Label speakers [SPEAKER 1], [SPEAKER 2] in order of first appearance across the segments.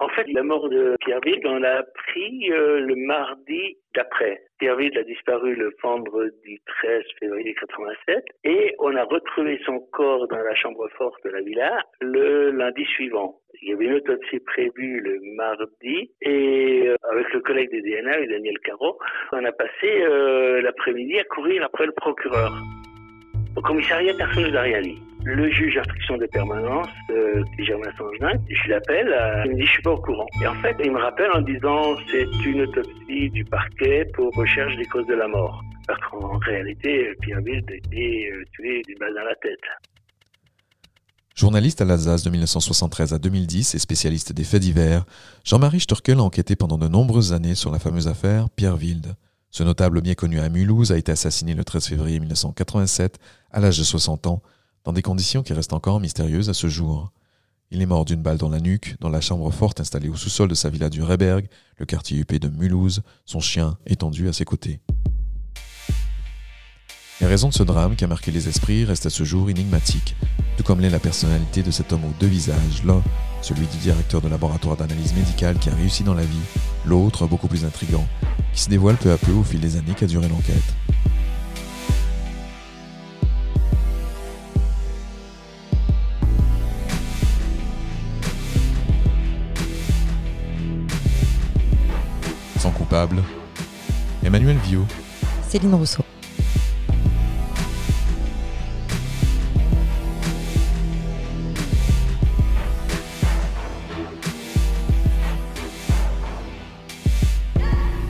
[SPEAKER 1] En fait, la mort de Pierreville, on l'a appris euh, le mardi d'après. Pierreville a disparu le vendredi 13 février 87 et on a retrouvé son corps dans la chambre forte de la villa le lundi suivant. Il y avait une autopsie prévue le mardi et euh, avec le collègue des DNA, Daniel Caro, on a passé euh, l'après-midi à courir après le procureur. Au commissariat, personne ne nous a rien dit. Le juge d'instruction de permanence, euh, Germain Sangevin, je l'appelle, euh, il me dit je suis pas au courant. Et en fait, il me rappelle en disant c'est une autopsie du parquet pour recherche des causes de la mort. Parce qu'en réalité, euh, Pierre Wild a été euh, tué d'une balle dans la tête.
[SPEAKER 2] Journaliste à l'Alsace de 1973 à 2010 et spécialiste des faits divers, Jean-Marie Sturkel a enquêté pendant de nombreuses années sur la fameuse affaire Pierre Wilde. Ce notable bien connu à Mulhouse a été assassiné le 13 février 1987 à l'âge de 60 ans, dans des conditions qui restent encore mystérieuses à ce jour. Il est mort d'une balle dans la nuque, dans la chambre forte installée au sous-sol de sa villa du Reberg, le quartier huppé de Mulhouse, son chien étendu à ses côtés. Les raisons de ce drame qui a marqué les esprits restent à ce jour énigmatiques, tout comme l'est la personnalité de cet homme aux deux visages, l'un, celui du directeur de laboratoire d'analyse médicale qui a réussi dans la vie, l'autre, beaucoup plus intrigant, qui se dévoile peu à peu au fil des années qu'a duré l'enquête. Sans coupable, Emmanuel Viau.
[SPEAKER 3] Céline Rousseau.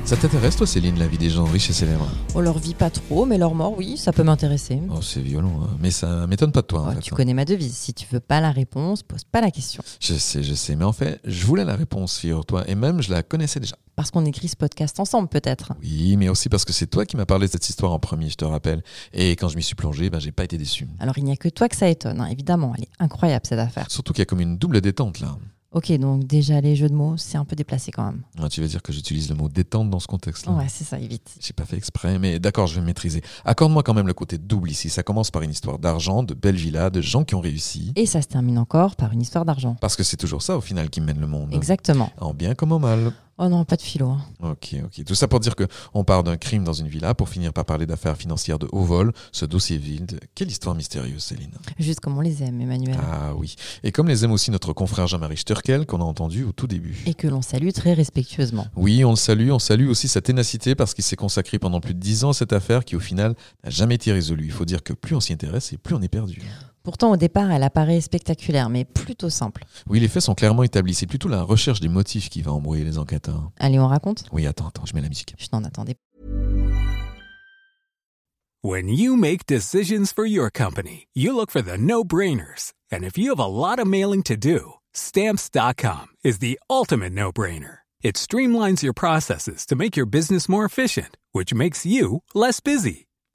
[SPEAKER 2] Ça t'intéresse, toi, Céline, la vie des gens riches et célèbres
[SPEAKER 3] On leur vit pas trop, mais leur mort, oui, ça peut m'intéresser.
[SPEAKER 2] Oh, c'est violent, hein. mais ça m'étonne pas de toi. en
[SPEAKER 3] Oh,
[SPEAKER 2] fait,
[SPEAKER 3] tu
[SPEAKER 2] hein.
[SPEAKER 3] connais ma devise, si tu veux pas la réponse, pose pas la question.
[SPEAKER 2] Je sais, je sais, mais en fait, je voulais la réponse, figure-toi, et même je la connaissais déjà.
[SPEAKER 3] Parce qu'on écrit ce podcast ensemble, peut-être.
[SPEAKER 2] Oui, mais aussi parce que c'est toi qui m'as parlé de cette histoire en premier, je te rappelle. Et quand je m'y suis plongé, ben, j'ai pas été déçu.
[SPEAKER 3] Alors il n'y a que toi que ça étonne, hein, évidemment, elle est incroyable cette affaire.
[SPEAKER 2] Surtout qu'il y a comme une double détente, là.
[SPEAKER 3] Ok, donc déjà les jeux de mots, c'est un peu déplacé quand même.
[SPEAKER 2] Ah, tu veux dire que j'utilise le mot détente dans ce contexte-là
[SPEAKER 3] Ouais, c'est ça, évite.
[SPEAKER 2] J'ai pas fait exprès, mais d'accord, je vais maîtriser. Accorde-moi quand même le côté double ici. Ça commence par une histoire d'argent, de belles villas, de gens qui ont réussi.
[SPEAKER 3] Et ça se termine encore par une histoire d'argent.
[SPEAKER 2] Parce que c'est toujours ça, au final, qui mène le monde.
[SPEAKER 3] Exactement.
[SPEAKER 2] En bien comme en mal.
[SPEAKER 3] Oh non, pas de philo. hein.
[SPEAKER 2] Ok, ok. Tout ça pour dire que on part d'un crime dans une villa pour finir par parler d'affaires financières de haut vol, ce dossier vide. Quelle histoire mystérieuse, Céline.
[SPEAKER 3] Juste comme on les aime, Emmanuel.
[SPEAKER 2] Ah oui. Et comme les aime aussi notre confrère Jean-Marie Sturkel qu'on a entendu au tout début.
[SPEAKER 3] Et que l'on salue très respectueusement.
[SPEAKER 2] Oui, on le salue, on salue aussi sa ténacité parce qu'il s'est consacré pendant plus de dix ans à cette affaire qui au final n'a jamais été résolue. Il faut dire que plus on s'y intéresse et plus on est perdu.
[SPEAKER 3] Pourtant, au départ, elle apparaît spectaculaire, mais plutôt simple.
[SPEAKER 2] Oui, les faits sont clairement établis. C'est plutôt la recherche des motifs qui va embrouiller les enquêteurs.
[SPEAKER 3] Allez, on raconte
[SPEAKER 2] Oui, attends, attends, je mets la musique.
[SPEAKER 3] Je n'en attendais pas.
[SPEAKER 4] When you make decisions for your company, you look for the no brainers. And if you have a lot of mailing to do, stamps.com is the ultimate no brainer. It streamlines your processes to make your business more efficient, which makes you less busy.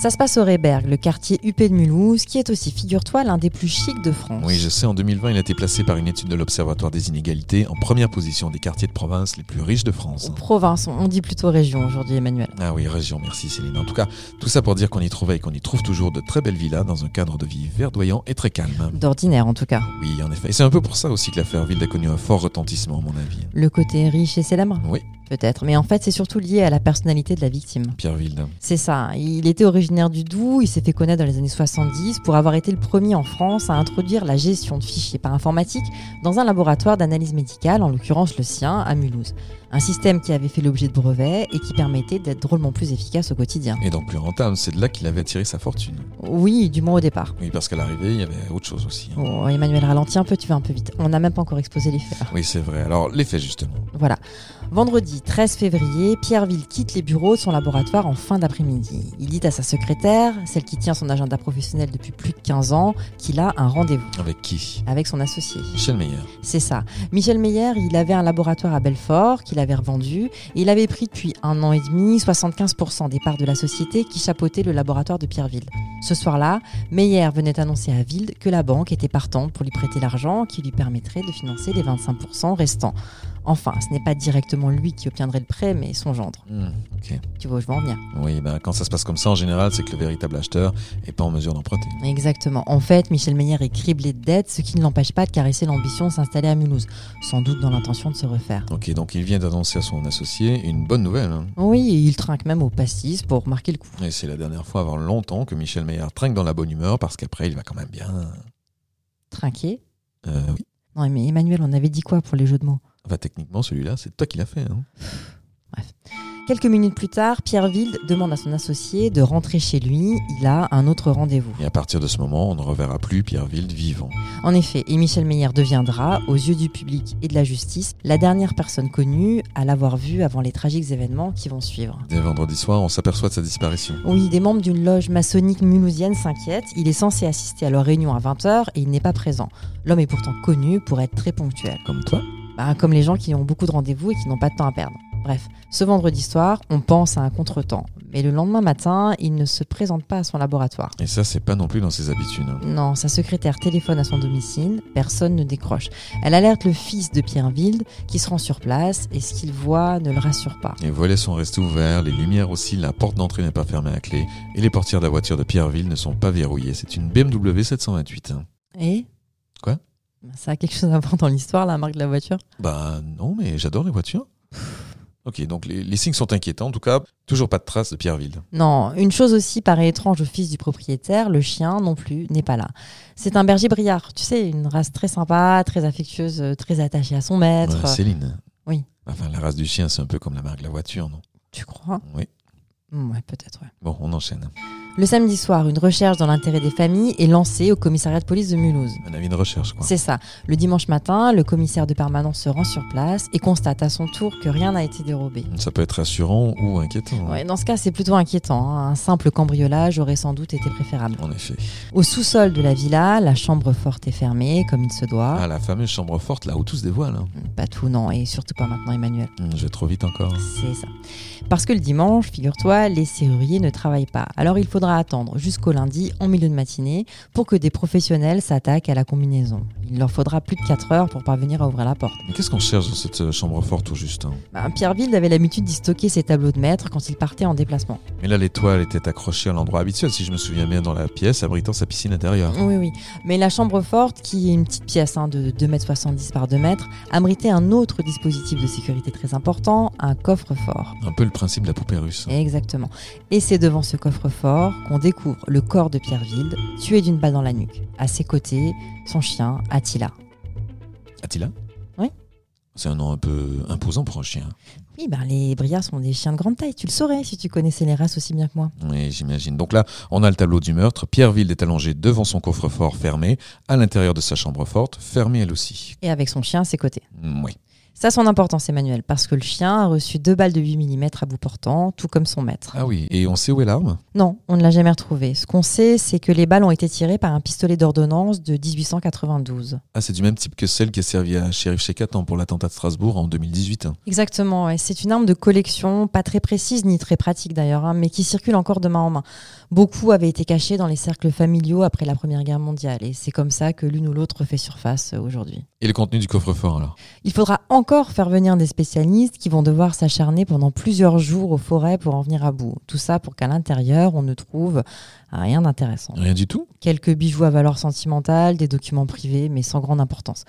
[SPEAKER 3] Ça se passe au Réberg, le quartier huppé de Mulhouse, qui est aussi, figure-toi, l'un des plus chics de France.
[SPEAKER 2] Oui, je sais, en 2020, il a été placé par une étude de l'Observatoire des inégalités en première position des quartiers de province les plus riches de France.
[SPEAKER 3] Ou province, on dit plutôt région aujourd'hui, Emmanuel.
[SPEAKER 2] Ah oui, région, merci Céline. En tout cas, tout ça pour dire qu'on y trouvait et qu'on y trouve toujours de très belles villas dans un cadre de vie verdoyant et très calme.
[SPEAKER 3] D'ordinaire, en tout cas.
[SPEAKER 2] Oui, en effet. Et c'est un peu pour ça aussi que l'affaire Ville a connu un fort retentissement, à mon avis.
[SPEAKER 3] Le côté riche et célèbre
[SPEAKER 2] Oui,
[SPEAKER 3] peut-être. Mais en fait, c'est surtout lié à la personnalité de la victime.
[SPEAKER 2] Pierre Wilde.
[SPEAKER 3] C'est ça. Il était originaire du Doubs, il s'est fait connaître dans les années 70 pour avoir été le premier en France à introduire la gestion de fichiers par informatique dans un laboratoire d'analyse médicale, en l'occurrence le sien, à Mulhouse. Un système qui avait fait l'objet de brevets et qui permettait d'être drôlement plus efficace au quotidien.
[SPEAKER 2] Et donc plus rentable, c'est de là qu'il avait attiré sa fortune.
[SPEAKER 3] Oui, du moins au départ.
[SPEAKER 2] Oui, parce qu'à l'arrivée, il y avait autre chose aussi. hein.
[SPEAKER 3] Oh, Emmanuel, ralentis un peu, tu vas un peu vite. On n'a même pas encore exposé les faits.
[SPEAKER 2] Oui, c'est vrai. Alors, les faits, justement.
[SPEAKER 3] Voilà. Vendredi 13 février, Pierreville quitte les bureaux de son laboratoire en fin d'après-midi. Il dit à sa secrétaire, celle qui tient son agenda professionnel depuis plus de 15 ans, qu'il a un rendez-vous
[SPEAKER 2] Avec qui
[SPEAKER 3] avec son associé.
[SPEAKER 2] Michel Meyer.
[SPEAKER 3] C'est ça. Michel Meyer, il avait un laboratoire à Belfort qu'il avait revendu et il avait pris depuis un an et demi 75% des parts de la société qui chapeautait le laboratoire de Pierreville. Ce soir-là, Meyer venait annoncer à Wilde que la banque était partante pour lui prêter l'argent qui lui permettrait de financer les 25% restants. Enfin, ce n'est pas directement lui qui obtiendrait le prêt, mais son gendre.
[SPEAKER 2] Hmm, ok.
[SPEAKER 3] Tu vois où je veux en venir.
[SPEAKER 2] Oui, ben, quand ça se passe comme ça, en général, c'est que le véritable acheteur est pas en mesure d'emprunter.
[SPEAKER 3] Exactement. En fait, Michel Meyer est criblé de dettes, ce qui ne l'empêche pas de caresser l'ambition de s'installer à Mulhouse, sans doute dans l'intention de se refaire.
[SPEAKER 2] Ok, donc il vient d'annoncer à son associé une bonne nouvelle. hein.
[SPEAKER 3] Oui, et il trinque même au pastis pour marquer le coup.
[SPEAKER 2] Et c'est la dernière fois avant longtemps que Michel Meyer trinque dans la bonne humeur parce qu'après, il va quand même bien.
[SPEAKER 3] Trinquer
[SPEAKER 2] Euh, oui.
[SPEAKER 3] Non, mais Emmanuel, on avait dit quoi pour les jeux de mots
[SPEAKER 2] Enfin, techniquement, celui-là, c'est toi qui l'as fait. hein.
[SPEAKER 3] Quelques minutes plus tard, Pierre Wilde demande à son associé de rentrer chez lui. Il a un autre rendez-vous.
[SPEAKER 2] Et à partir de ce moment, on ne reverra plus Pierre Wilde vivant.
[SPEAKER 3] En effet, et Michel Meyer deviendra, aux yeux du public et de la justice, la dernière personne connue à l'avoir vu avant les tragiques événements qui vont suivre.
[SPEAKER 2] Dès vendredi soir, on s'aperçoit de sa disparition.
[SPEAKER 3] Oui, des membres d'une loge maçonnique mulhousienne s'inquiètent. Il est censé assister à leur réunion à 20h et il n'est pas présent. L'homme est pourtant connu pour être très ponctuel.
[SPEAKER 2] Comme toi
[SPEAKER 3] Bah, comme les gens qui ont beaucoup de rendez-vous et qui n'ont pas de temps à perdre. Bref, ce vendredi soir, on pense à un contretemps. Mais le lendemain matin, il ne se présente pas à son laboratoire.
[SPEAKER 2] Et ça, c'est pas non plus dans ses habitudes. hein.
[SPEAKER 3] Non, sa secrétaire téléphone à son domicile, personne ne décroche. Elle alerte le fils de Pierre Wilde qui se rend sur place et ce qu'il voit ne le rassure pas.
[SPEAKER 2] Les volets sont restés ouverts, les lumières aussi, la porte d'entrée n'est pas fermée à clé, et les portières de la voiture de Pierreville ne sont pas verrouillées. C'est une BMW 728. hein.
[SPEAKER 3] Et
[SPEAKER 2] Quoi
[SPEAKER 3] Ça a quelque chose à voir dans l'histoire, la marque de la voiture
[SPEAKER 2] Bah non, mais j'adore les voitures. Ok, donc les, les signes sont inquiétants. En tout cas, toujours pas de traces de Pierreville.
[SPEAKER 3] Non, une chose aussi paraît étrange au fils du propriétaire, le chien non plus n'est pas là. C'est un berger briard, tu sais, une race très sympa, très affectueuse, euh, très attachée à son maître.
[SPEAKER 2] Ouais, Céline.
[SPEAKER 3] Oui.
[SPEAKER 2] Enfin, la race du chien, c'est un peu comme la marque de la voiture, non
[SPEAKER 3] tu crois
[SPEAKER 2] Oui.
[SPEAKER 3] Hmm, Ouais, peut-être, ouais.
[SPEAKER 2] Bon, on enchaîne.
[SPEAKER 3] Le samedi soir, une recherche dans l'intérêt des familles est lancée au commissariat de police de Mulhouse.
[SPEAKER 2] Un avis de recherche, quoi.
[SPEAKER 3] C'est ça. Le dimanche matin, le commissaire de permanence se rend sur place et constate à son tour que rien n'a été dérobé.
[SPEAKER 2] Ça peut être rassurant ou inquiétant. hein.
[SPEAKER 3] Ouais, dans ce cas, c'est plutôt inquiétant. hein. Un simple cambriolage aurait sans doute été préférable.
[SPEAKER 2] En effet.
[SPEAKER 3] Au sous-sol de la villa, la chambre forte est fermée, comme il se doit.
[SPEAKER 2] Ah, la fameuse chambre forte, là où tout se dévoile. hein.
[SPEAKER 3] Pas tout, non, et surtout pas maintenant, Emmanuel.
[SPEAKER 2] Hum, Je vais trop vite encore.
[SPEAKER 3] C'est ça. Parce que le dimanche, figure-toi, les serruriers ne travaillent pas. Alors il faudra attendre jusqu'au lundi, en milieu de matinée, pour que des professionnels s'attaquent à la combinaison. Il leur faudra plus de 4 heures pour parvenir à ouvrir la porte.
[SPEAKER 2] Mais qu'est-ce qu'on cherche dans cette euh, chambre forte, au juste hein
[SPEAKER 3] Bah, Pierre Wilde avait l'habitude d'y stocker ses tableaux de maître quand il partait en déplacement.
[SPEAKER 2] Mais là, l'étoile était accrochée à l'endroit habituel, si je me souviens bien, dans la pièce abritant sa piscine intérieure.
[SPEAKER 3] Oui, oui. Mais la chambre forte, qui est une petite pièce hein, de 2m70 par 2m, abritait un autre dispositif de sécurité très important, un coffre-fort.
[SPEAKER 2] Un peu le principe de la poupée russe. hein.
[SPEAKER 3] Exactement. Et c'est devant ce coffre-fort qu'on découvre le corps de Pierre Wilde, tué d'une balle dans la nuque. À ses côtés, son chien, Attila.
[SPEAKER 2] Attila
[SPEAKER 3] Oui.
[SPEAKER 2] C'est un nom un peu imposant pour un chien.
[SPEAKER 3] Oui, ben les briards sont des chiens de grande taille, tu le saurais si tu connaissais les races aussi bien que moi.
[SPEAKER 2] Oui, j'imagine. Donc là, on a le tableau du meurtre. Pierreville est allongé devant son coffre-fort fermé, à l'intérieur de sa chambre forte, fermée elle aussi.
[SPEAKER 3] Et avec son chien à ses côtés.
[SPEAKER 2] Mm, Oui.
[SPEAKER 3] Ça a son importance, Emmanuel, parce que le chien a reçu deux balles de 8 mm à bout portant, tout comme son maître.
[SPEAKER 2] Ah oui, et on sait où est l'arme
[SPEAKER 3] Non, on ne l'a jamais retrouvé. Ce qu'on sait, c'est que les balles ont été tirées par un pistolet d'ordonnance de 1892.
[SPEAKER 2] Ah, c'est du même type que celle qui a servi à Shérif Chekatan pour l'attentat de Strasbourg en 2018. hein.
[SPEAKER 3] Exactement, ouais. c'est une arme de collection, pas très précise ni très pratique d'ailleurs, hein, mais qui circule encore de main en main. Beaucoup avaient été cachés dans les cercles familiaux après la Première Guerre mondiale, et c'est comme ça que l'une ou l'autre fait surface euh, aujourd'hui.
[SPEAKER 2] Et le contenu du coffre-fort, alors
[SPEAKER 3] Il faudra encore faire venir des spécialistes qui vont devoir s'acharner pendant plusieurs jours aux forêts pour en venir à bout. Tout ça pour qu'à l'intérieur, on ne trouve rien d'intéressant.
[SPEAKER 2] Rien du tout
[SPEAKER 3] Quelques bijoux à valeur sentimentale, des documents privés, mais sans grande importance.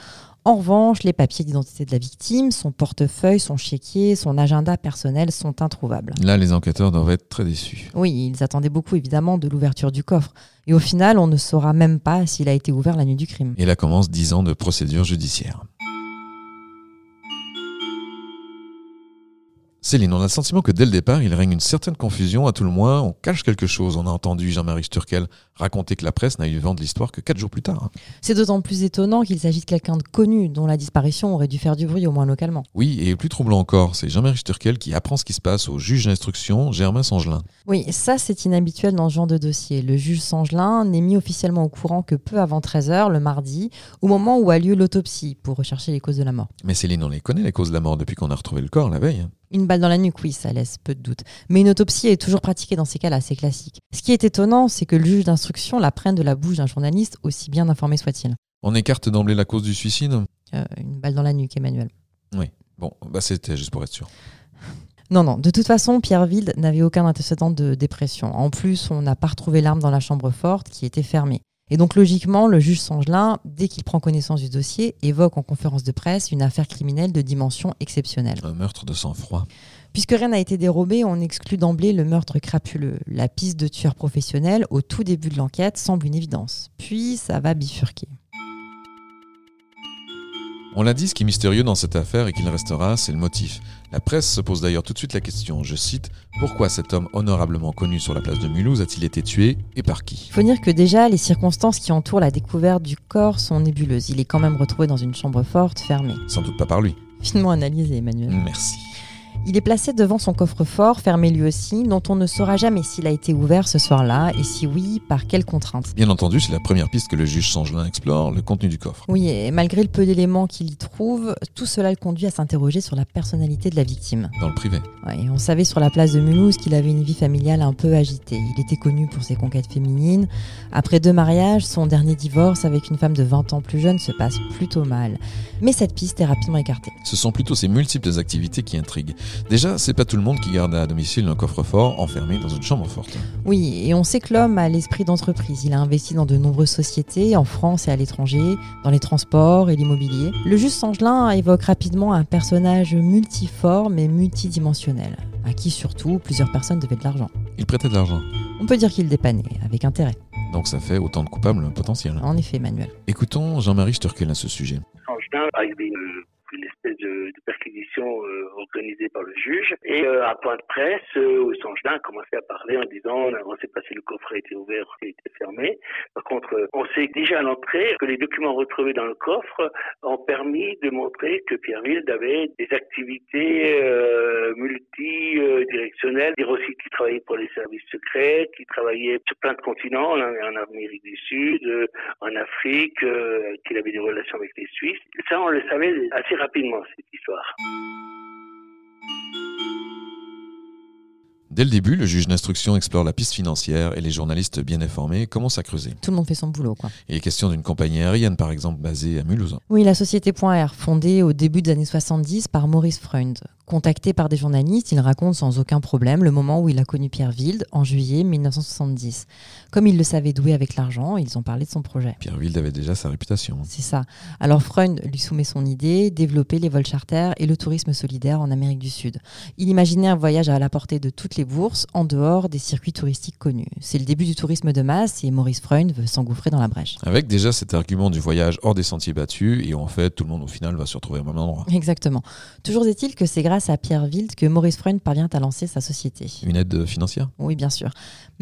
[SPEAKER 3] En revanche, les papiers d'identité de la victime, son portefeuille, son chéquier, son agenda personnel sont introuvables.
[SPEAKER 2] Là, les enquêteurs doivent être très déçus.
[SPEAKER 3] Oui, ils attendaient beaucoup évidemment de l'ouverture du coffre. Et au final, on ne saura même pas s'il a été ouvert la nuit du crime.
[SPEAKER 2] Et là commence 10 ans de procédure judiciaire. Céline, on a le sentiment que dès le départ, il règne une certaine confusion, à tout le moins, on cache quelque chose. On a entendu Jean-Marie Sturkel raconter que la presse n'a eu vent de l'histoire que quatre jours plus tard.
[SPEAKER 3] C'est d'autant plus étonnant qu'il s'agit de quelqu'un de connu, dont la disparition aurait dû faire du bruit, au moins localement.
[SPEAKER 2] Oui, et plus troublant encore, c'est Jean-Marie Sturkel qui apprend ce qui se passe au juge d'instruction, Germain Sangelin.
[SPEAKER 3] Oui, ça c'est inhabituel dans ce genre de dossier. Le juge Sangelin n'est mis officiellement au courant que peu avant 13h, le mardi, au moment où a lieu l'autopsie pour rechercher les causes de la mort.
[SPEAKER 2] Mais Céline, on les connaît les causes de la mort depuis qu'on a retrouvé le corps la veille.
[SPEAKER 3] Une balle dans la nuque, oui, ça laisse peu de doute. Mais une autopsie est toujours pratiquée dans ces cas-là, c'est classique. Ce qui est étonnant, c'est que le juge d'instruction la prenne de la bouche d'un journaliste, aussi bien informé soit-il.
[SPEAKER 2] On écarte d'emblée la cause du suicide
[SPEAKER 3] Euh, une balle dans la nuque, Emmanuel.
[SPEAKER 2] Oui. Bon, bah c'était juste pour être sûr.
[SPEAKER 3] Non, non, de toute façon, Pierre Wilde n'avait aucun antécédent de dépression. En plus, on n'a pas retrouvé l'arme dans la chambre forte qui était fermée. Et donc, logiquement, le juge Sangelin, dès qu'il prend connaissance du dossier, évoque en conférence de presse une affaire criminelle de dimension exceptionnelle.
[SPEAKER 2] Un meurtre de sang-froid.
[SPEAKER 3] Puisque rien n'a été dérobé, on exclut d'emblée le meurtre crapuleux. La piste de tueur professionnel, au tout début de l'enquête, semble une évidence. Puis, ça va bifurquer.
[SPEAKER 2] On l'a dit, ce qui est mystérieux dans cette affaire et qu'il restera, c'est le motif. La presse se pose d'ailleurs tout de suite la question, je cite, Pourquoi cet homme honorablement connu sur la place de Mulhouse a-t-il été tué et par qui
[SPEAKER 3] Il faut dire que déjà, les circonstances qui entourent la découverte du corps sont nébuleuses. Il est quand même retrouvé dans une chambre forte fermée.
[SPEAKER 2] Sans doute pas par lui.
[SPEAKER 3] Finement analysé, Emmanuel.
[SPEAKER 2] Merci.
[SPEAKER 3] Il est placé devant son coffre-fort, fermé lui aussi, dont on ne saura jamais s'il a été ouvert ce soir-là, et si oui, par quelles contraintes.
[SPEAKER 2] Bien entendu, c'est la première piste que le juge Sangelin explore, le contenu du coffre.
[SPEAKER 3] Oui, et malgré le peu d'éléments qu'il y trouve, tout cela le conduit à s'interroger sur la personnalité de la victime.
[SPEAKER 2] Dans le privé.
[SPEAKER 3] Ouais, et on savait sur la place de Mulhouse qu'il avait une vie familiale un peu agitée. Il était connu pour ses conquêtes féminines. Après deux mariages, son dernier divorce avec une femme de 20 ans plus jeune se passe plutôt mal. Mais cette piste est rapidement écartée.
[SPEAKER 2] Ce sont plutôt ses multiples activités qui intriguent. Déjà, c'est pas tout le monde qui garde à domicile un coffre-fort enfermé dans une chambre forte.
[SPEAKER 3] Oui, et on sait que l'homme a l'esprit d'entreprise. Il a investi dans de nombreuses sociétés, en France et à l'étranger, dans les transports et l'immobilier. Le juge Sangelin évoque rapidement un personnage multiforme et multidimensionnel, à qui surtout plusieurs personnes devaient de l'argent.
[SPEAKER 2] Il prêtait de l'argent.
[SPEAKER 3] On peut dire qu'il dépannait, avec intérêt.
[SPEAKER 2] Donc ça fait autant de coupables potentiels.
[SPEAKER 3] En effet, Emmanuel.
[SPEAKER 2] Écoutons Jean-Marie Sturkel à ce sujet.
[SPEAKER 1] Angelin a eu une, euh, une espèce de, de perquisition euh, organisée par le juge. Et euh, à point de presse, euh, Angelin a commencé à parler en disant on ne sait pas si le coffre a été ouvert ou s'il a été fermé. Par contre, euh, on sait déjà à l'entrée que les documents retrouvés dans le coffre ont permis de montrer que Pierre Wilde avait des activités euh, multidirectionnelles. Dire aussi qu'il travaillait pour les services secrets, qu'il travaillait sur plein de continents, en, en Amérique du Sud, euh, en Afrique, euh, qu'il avait des relations avec les Suisses. Ça, on le savait assez rapidement, cette histoire.
[SPEAKER 2] Dès le début, le juge d'instruction explore la piste financière et les journalistes bien informés commencent à creuser.
[SPEAKER 3] Tout le monde fait son boulot, quoi.
[SPEAKER 2] Il est question d'une compagnie aérienne, par exemple, basée à Mulhouse.
[SPEAKER 3] Oui, la société .r, fondée au début des années 70 par Maurice Freund. Contacté par des journalistes, il raconte sans aucun problème le moment où il a connu Pierre Wilde en juillet 1970. Comme il le savait doué avec l'argent, ils ont parlé de son projet.
[SPEAKER 2] Pierre Wilde avait déjà sa réputation.
[SPEAKER 3] C'est ça. Alors Freund lui soumet son idée, développer les vols charters et le tourisme solidaire en Amérique du Sud. Il imaginait un voyage à la portée de toutes les bourses en dehors des circuits touristiques connus. C'est le début du tourisme de masse et Maurice Freund veut s'engouffrer dans la brèche.
[SPEAKER 2] Avec déjà cet argument du voyage hors des sentiers battus, et en fait, tout le monde au final va se retrouver au même endroit.
[SPEAKER 3] Exactement. Toujours est-il que c'est grâce à Pierre Wilde que Maurice Freund parvient à lancer sa société.
[SPEAKER 2] Une aide financière
[SPEAKER 3] Oui, bien sûr.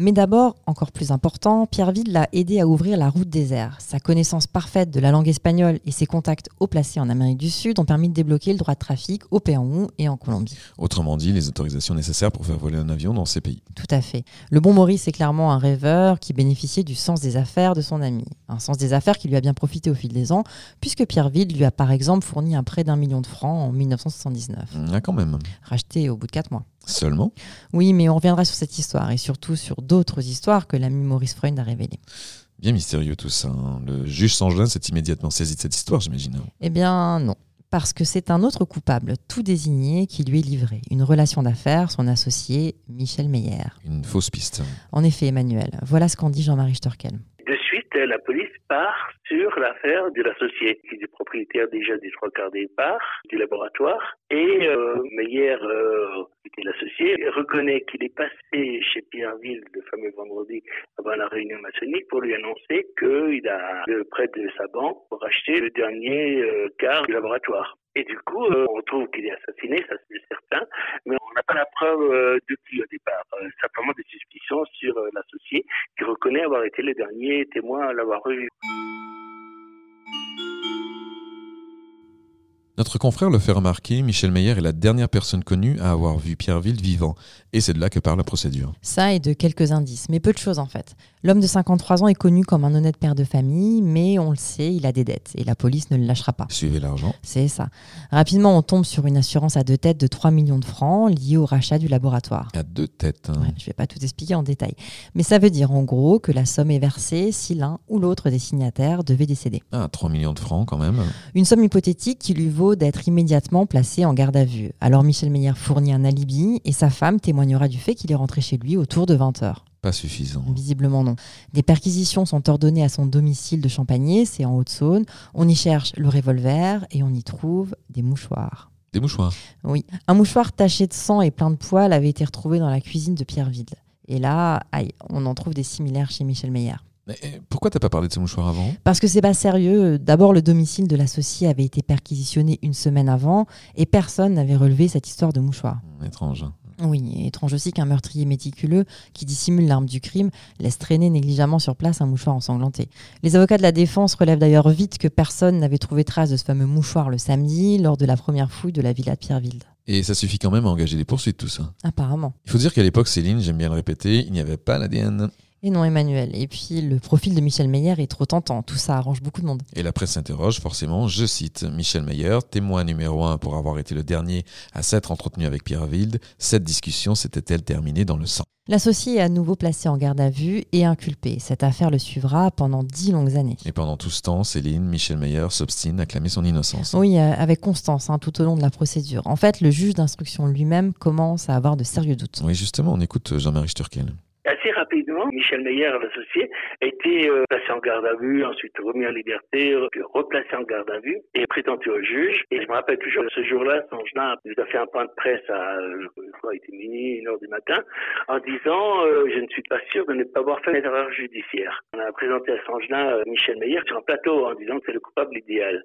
[SPEAKER 3] Mais d'abord, encore plus important, Pierre Ville l'a aidé à ouvrir la route des airs. Sa connaissance parfaite de la langue espagnole et ses contacts haut placés en Amérique du Sud ont permis de débloquer le droit de trafic au Pérou et en Colombie.
[SPEAKER 2] Autrement dit, les autorisations nécessaires pour faire voler un avion dans ces pays.
[SPEAKER 3] Tout à fait. Le bon Maurice est clairement un rêveur qui bénéficiait du sens des affaires de son ami. Un sens des affaires qui lui a bien profité au fil des ans, puisque Pierre Ville lui a par exemple fourni un prêt d'un million de francs en 1979,
[SPEAKER 2] Ah, quand même.
[SPEAKER 3] racheté au bout de quatre mois.
[SPEAKER 2] Seulement,
[SPEAKER 3] Oui, mais on reviendra sur cette histoire et surtout sur d'autres histoires que l'ami Maurice Freund a révélées.
[SPEAKER 2] bien mystérieux tout ça. hein. Le juge Sangelin s'est immédiatement saisi de cette histoire, j'imagine.
[SPEAKER 3] Eh bien non. parce que c'est un autre coupable, tout désigné, qui lui est livré. Une relation d'affaires, son associé, Michel Meyer.
[SPEAKER 2] Une fausse piste.
[SPEAKER 3] En effet, Emmanuel, voilà ce qu'en dit Jean-Marie Storkel.
[SPEAKER 1] De suite, la police part sur l'affaire de l'associé, qui est du propriétaire déjà des trois quarts des parts du laboratoire. Et euh, Meyer, euh, qui était l'associé, reconnaît qu'il est passé chez Pierreville le fameux vendredi avant la réunion maçonnique pour lui annoncer qu'il a le prêt de sa banque pour acheter le dernier euh, quart du laboratoire. Et du coup, euh, on trouve qu'il est assassiné, ça c'est certain, mais on n'a pas la preuve euh, de qui au départ. Euh, simplement des suspicions sur euh, l'associé qui reconnaît avoir été le dernier témoin à l'avoir revu.
[SPEAKER 2] Notre confrère le fait remarquer, Michel Meyer est la dernière personne connue à avoir vu Pierreville vivant, et c'est de là que part la procédure.
[SPEAKER 3] Ça et de quelques indices, mais peu de choses en fait. L'homme de 53 ans est connu comme un honnête père de famille, mais on le sait, il a des dettes et la police ne le lâchera pas.
[SPEAKER 2] Suivez l'argent.
[SPEAKER 3] C'est ça. Rapidement, on tombe sur une assurance à deux têtes de 3 millions de francs liée au rachat du laboratoire.
[SPEAKER 2] À deux têtes. hein.
[SPEAKER 3] Ouais, je ne vais pas tout expliquer en détail. Mais ça veut dire en gros que la somme est versée si l'un ou l'autre des signataires devait décéder.
[SPEAKER 2] Ah, 3 millions de francs quand même.
[SPEAKER 3] Une somme hypothétique qui lui vaut d'être immédiatement placé en garde à vue. Alors Michel Meyer fournit un alibi et sa femme témoignera du fait qu'il est rentré chez lui autour de 20h.
[SPEAKER 2] Pas suffisant.
[SPEAKER 3] Visiblement non. Des perquisitions sont ordonnées à son domicile de Champagné, c'est en Haute-Saône. On y cherche le revolver et on y trouve des mouchoirs.
[SPEAKER 2] Des mouchoirs.
[SPEAKER 3] Oui, un mouchoir taché de sang et plein de poils avait été retrouvé dans la cuisine de Pierreville. Et là, aïe, on en trouve des similaires chez Michel Meyer.
[SPEAKER 2] Mais euh, pourquoi t'as pas parlé de ces mouchoirs avant
[SPEAKER 3] Parce que c'est pas sérieux. D'abord, le domicile de l'associé avait été perquisitionné une semaine avant et personne n'avait relevé cette histoire de mouchoir.
[SPEAKER 2] Hum, Étrange. hein.
[SPEAKER 3] Oui, et étrange aussi qu'un meurtrier méticuleux qui dissimule l'arme du crime laisse traîner négligemment sur place un mouchoir ensanglanté. Les avocats de la défense relèvent d'ailleurs vite que personne n'avait trouvé trace de ce fameux mouchoir le samedi lors de la première fouille de la villa de Pierreville.
[SPEAKER 2] Et ça suffit quand même à engager des poursuites, tout ça.
[SPEAKER 3] Apparemment.
[SPEAKER 2] Il faut dire qu'à l'époque, Céline, j'aime bien le répéter, il n'y avait pas l'ADN.
[SPEAKER 3] Et non, Emmanuel. Et puis, le profil de Michel Meyer est trop tentant. Tout ça arrange beaucoup de monde.
[SPEAKER 2] Et la presse s'interroge forcément, je cite, Michel Meyer, témoin numéro un pour avoir été le dernier à s'être entretenu avec Pierreville, cette discussion s'était-elle terminée dans le sang
[SPEAKER 3] L'associé est à nouveau placé en garde à vue et inculpé. Cette affaire le suivra pendant dix longues années.
[SPEAKER 2] Et pendant tout ce temps, Céline, Michel Meyer s'obstine à clamer son innocence.
[SPEAKER 3] Oui, euh, avec constance, hein, tout au long de la procédure. En fait, le juge d'instruction lui-même commence à avoir de sérieux doutes.
[SPEAKER 2] Oui, justement, on écoute euh, Jean-Marie Sturkel.
[SPEAKER 1] Assez rapidement, Michel Meyer, l'associé, a été euh, placé en garde à vue, ensuite remis en liberté, re- puis replacé en garde à vue et prétendu au juge. Et je me rappelle toujours, ce jour-là, Sangena nous a fait un point de presse à, euh, je crois, il était minuit, une heure du matin, en disant euh, Je ne suis pas sûr de ne pas avoir fait une erreur judiciaire. On a présenté à Sangena euh, Michel Meyer sur un plateau en disant que c'est le coupable idéal.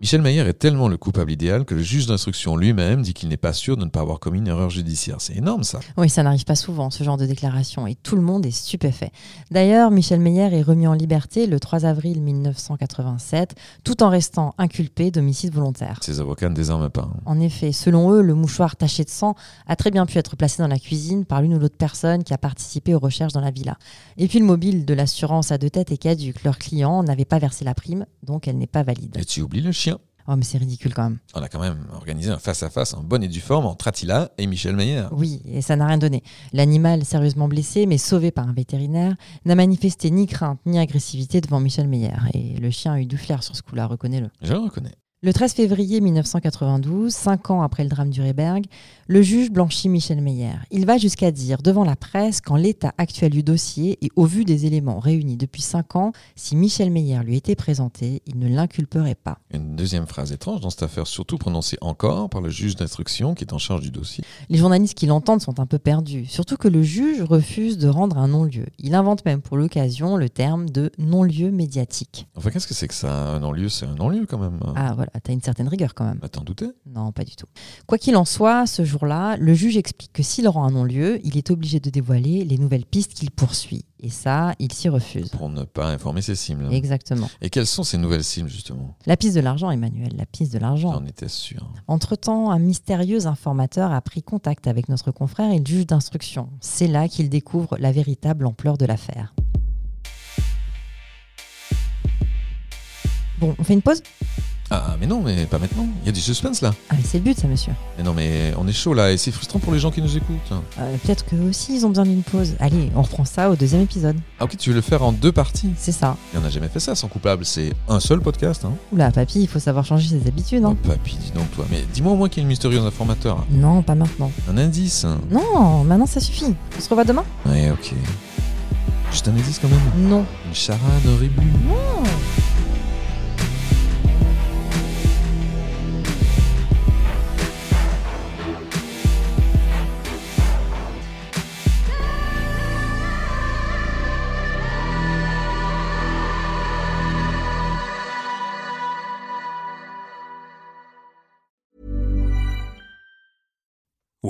[SPEAKER 2] Michel Meyer est tellement le coupable idéal que le juge d'instruction lui-même dit qu'il n'est pas sûr de ne pas avoir commis une erreur judiciaire. C'est énorme ça.
[SPEAKER 3] Oui, ça n'arrive pas souvent, ce genre de déclaration, et tout le monde est stupéfait. D'ailleurs, Michel Meyer est remis en liberté le 3 avril 1987, tout en restant inculpé d'homicide volontaire.
[SPEAKER 2] Ses avocats ne désarment pas. hein.
[SPEAKER 3] En effet, selon eux, le mouchoir taché de sang a très bien pu être placé dans la cuisine par l'une ou l'autre personne qui a participé aux recherches dans la villa. Et puis le mobile de l'assurance à deux têtes est caduque. Leur client n'avait pas versé la prime, donc elle n'est pas valide.
[SPEAKER 2] Et tu oublies le chien.
[SPEAKER 3] Oh, mais c'est ridicule quand même.
[SPEAKER 2] On a quand même organisé un face-à-face en bonne et due forme entre Attila et Michel Meyer.
[SPEAKER 3] Oui, et ça n'a rien donné. L'animal, sérieusement blessé, mais sauvé par un vétérinaire, n'a manifesté ni crainte ni agressivité devant Michel Meyer. Et le chien a eu du flair sur ce coup-là, reconnais-le.
[SPEAKER 2] Je le reconnais.
[SPEAKER 3] Le 13 février 1992, cinq ans après le drame du Réberg, le juge blanchit Michel Meyer. Il va jusqu'à dire devant la presse qu'en l'état actuel du dossier et au vu des éléments réunis depuis cinq ans, si Michel Meyer lui était présenté, il ne l'inculperait pas.
[SPEAKER 2] Une deuxième phrase étrange dans cette affaire, surtout prononcée encore par le juge d'instruction qui est en charge du dossier.
[SPEAKER 3] Les journalistes qui l'entendent sont un peu perdus, surtout que le juge refuse de rendre un non-lieu. Il invente même pour l'occasion le terme de non-lieu médiatique.
[SPEAKER 2] Enfin, qu'est-ce que c'est que ça Un non-lieu, c'est un non-lieu quand même. hein.
[SPEAKER 3] Ah voilà, t'as une certaine rigueur quand même.
[SPEAKER 2] Bah, T'en doutais
[SPEAKER 3] Non, pas du tout. Quoi qu'il en soit, ce jour-là, le juge explique que s'il rend un non-lieu, il est obligé de dévoiler les nouvelles pistes qu'il poursuit. Et ça, il s'y refuse.
[SPEAKER 2] Pour euh, ne pas informer ses cibles.
[SPEAKER 3] Exactement.
[SPEAKER 2] Et quelles sont ces nouvelles cibles justement
[SPEAKER 3] La piste de l'argent, Emmanuel, la piste de l'argent.
[SPEAKER 2] J'en étais sûr.
[SPEAKER 3] Entre-temps, un mystérieux informateur a pris contact avec notre confrère et le juge d'instruction. C'est là qu'il découvre la véritable ampleur de l'affaire. Bon, on fait une pause
[SPEAKER 2] Ah, mais non, mais pas maintenant. Il y a du suspense là.
[SPEAKER 3] Ah, mais c'est le but, ça, monsieur.
[SPEAKER 2] Mais non, mais on est chaud là et c'est frustrant pour les gens qui nous écoutent. hein.
[SPEAKER 3] Euh, Peut-être qu'eux aussi, ils ont besoin d'une pause. Allez, on reprend ça au deuxième épisode.
[SPEAKER 2] Ah, ok, tu veux le faire en deux parties
[SPEAKER 3] C'est ça.
[SPEAKER 2] Et on n'a jamais fait ça sans coupable. C'est un seul podcast, hein.
[SPEAKER 3] Oula, papy, il faut savoir changer ses habitudes, hein.
[SPEAKER 2] Oh, papy, dis donc toi. Mais dis-moi au moins qu'il y a une mystérieuse informateur. hein.
[SPEAKER 3] Non, pas maintenant.
[SPEAKER 2] Un indice. hein.
[SPEAKER 3] Non, maintenant, ça suffit. On se revoit demain
[SPEAKER 2] Ouais, ok. Juste un indice quand même.
[SPEAKER 3] Non.
[SPEAKER 2] Une charade horrible.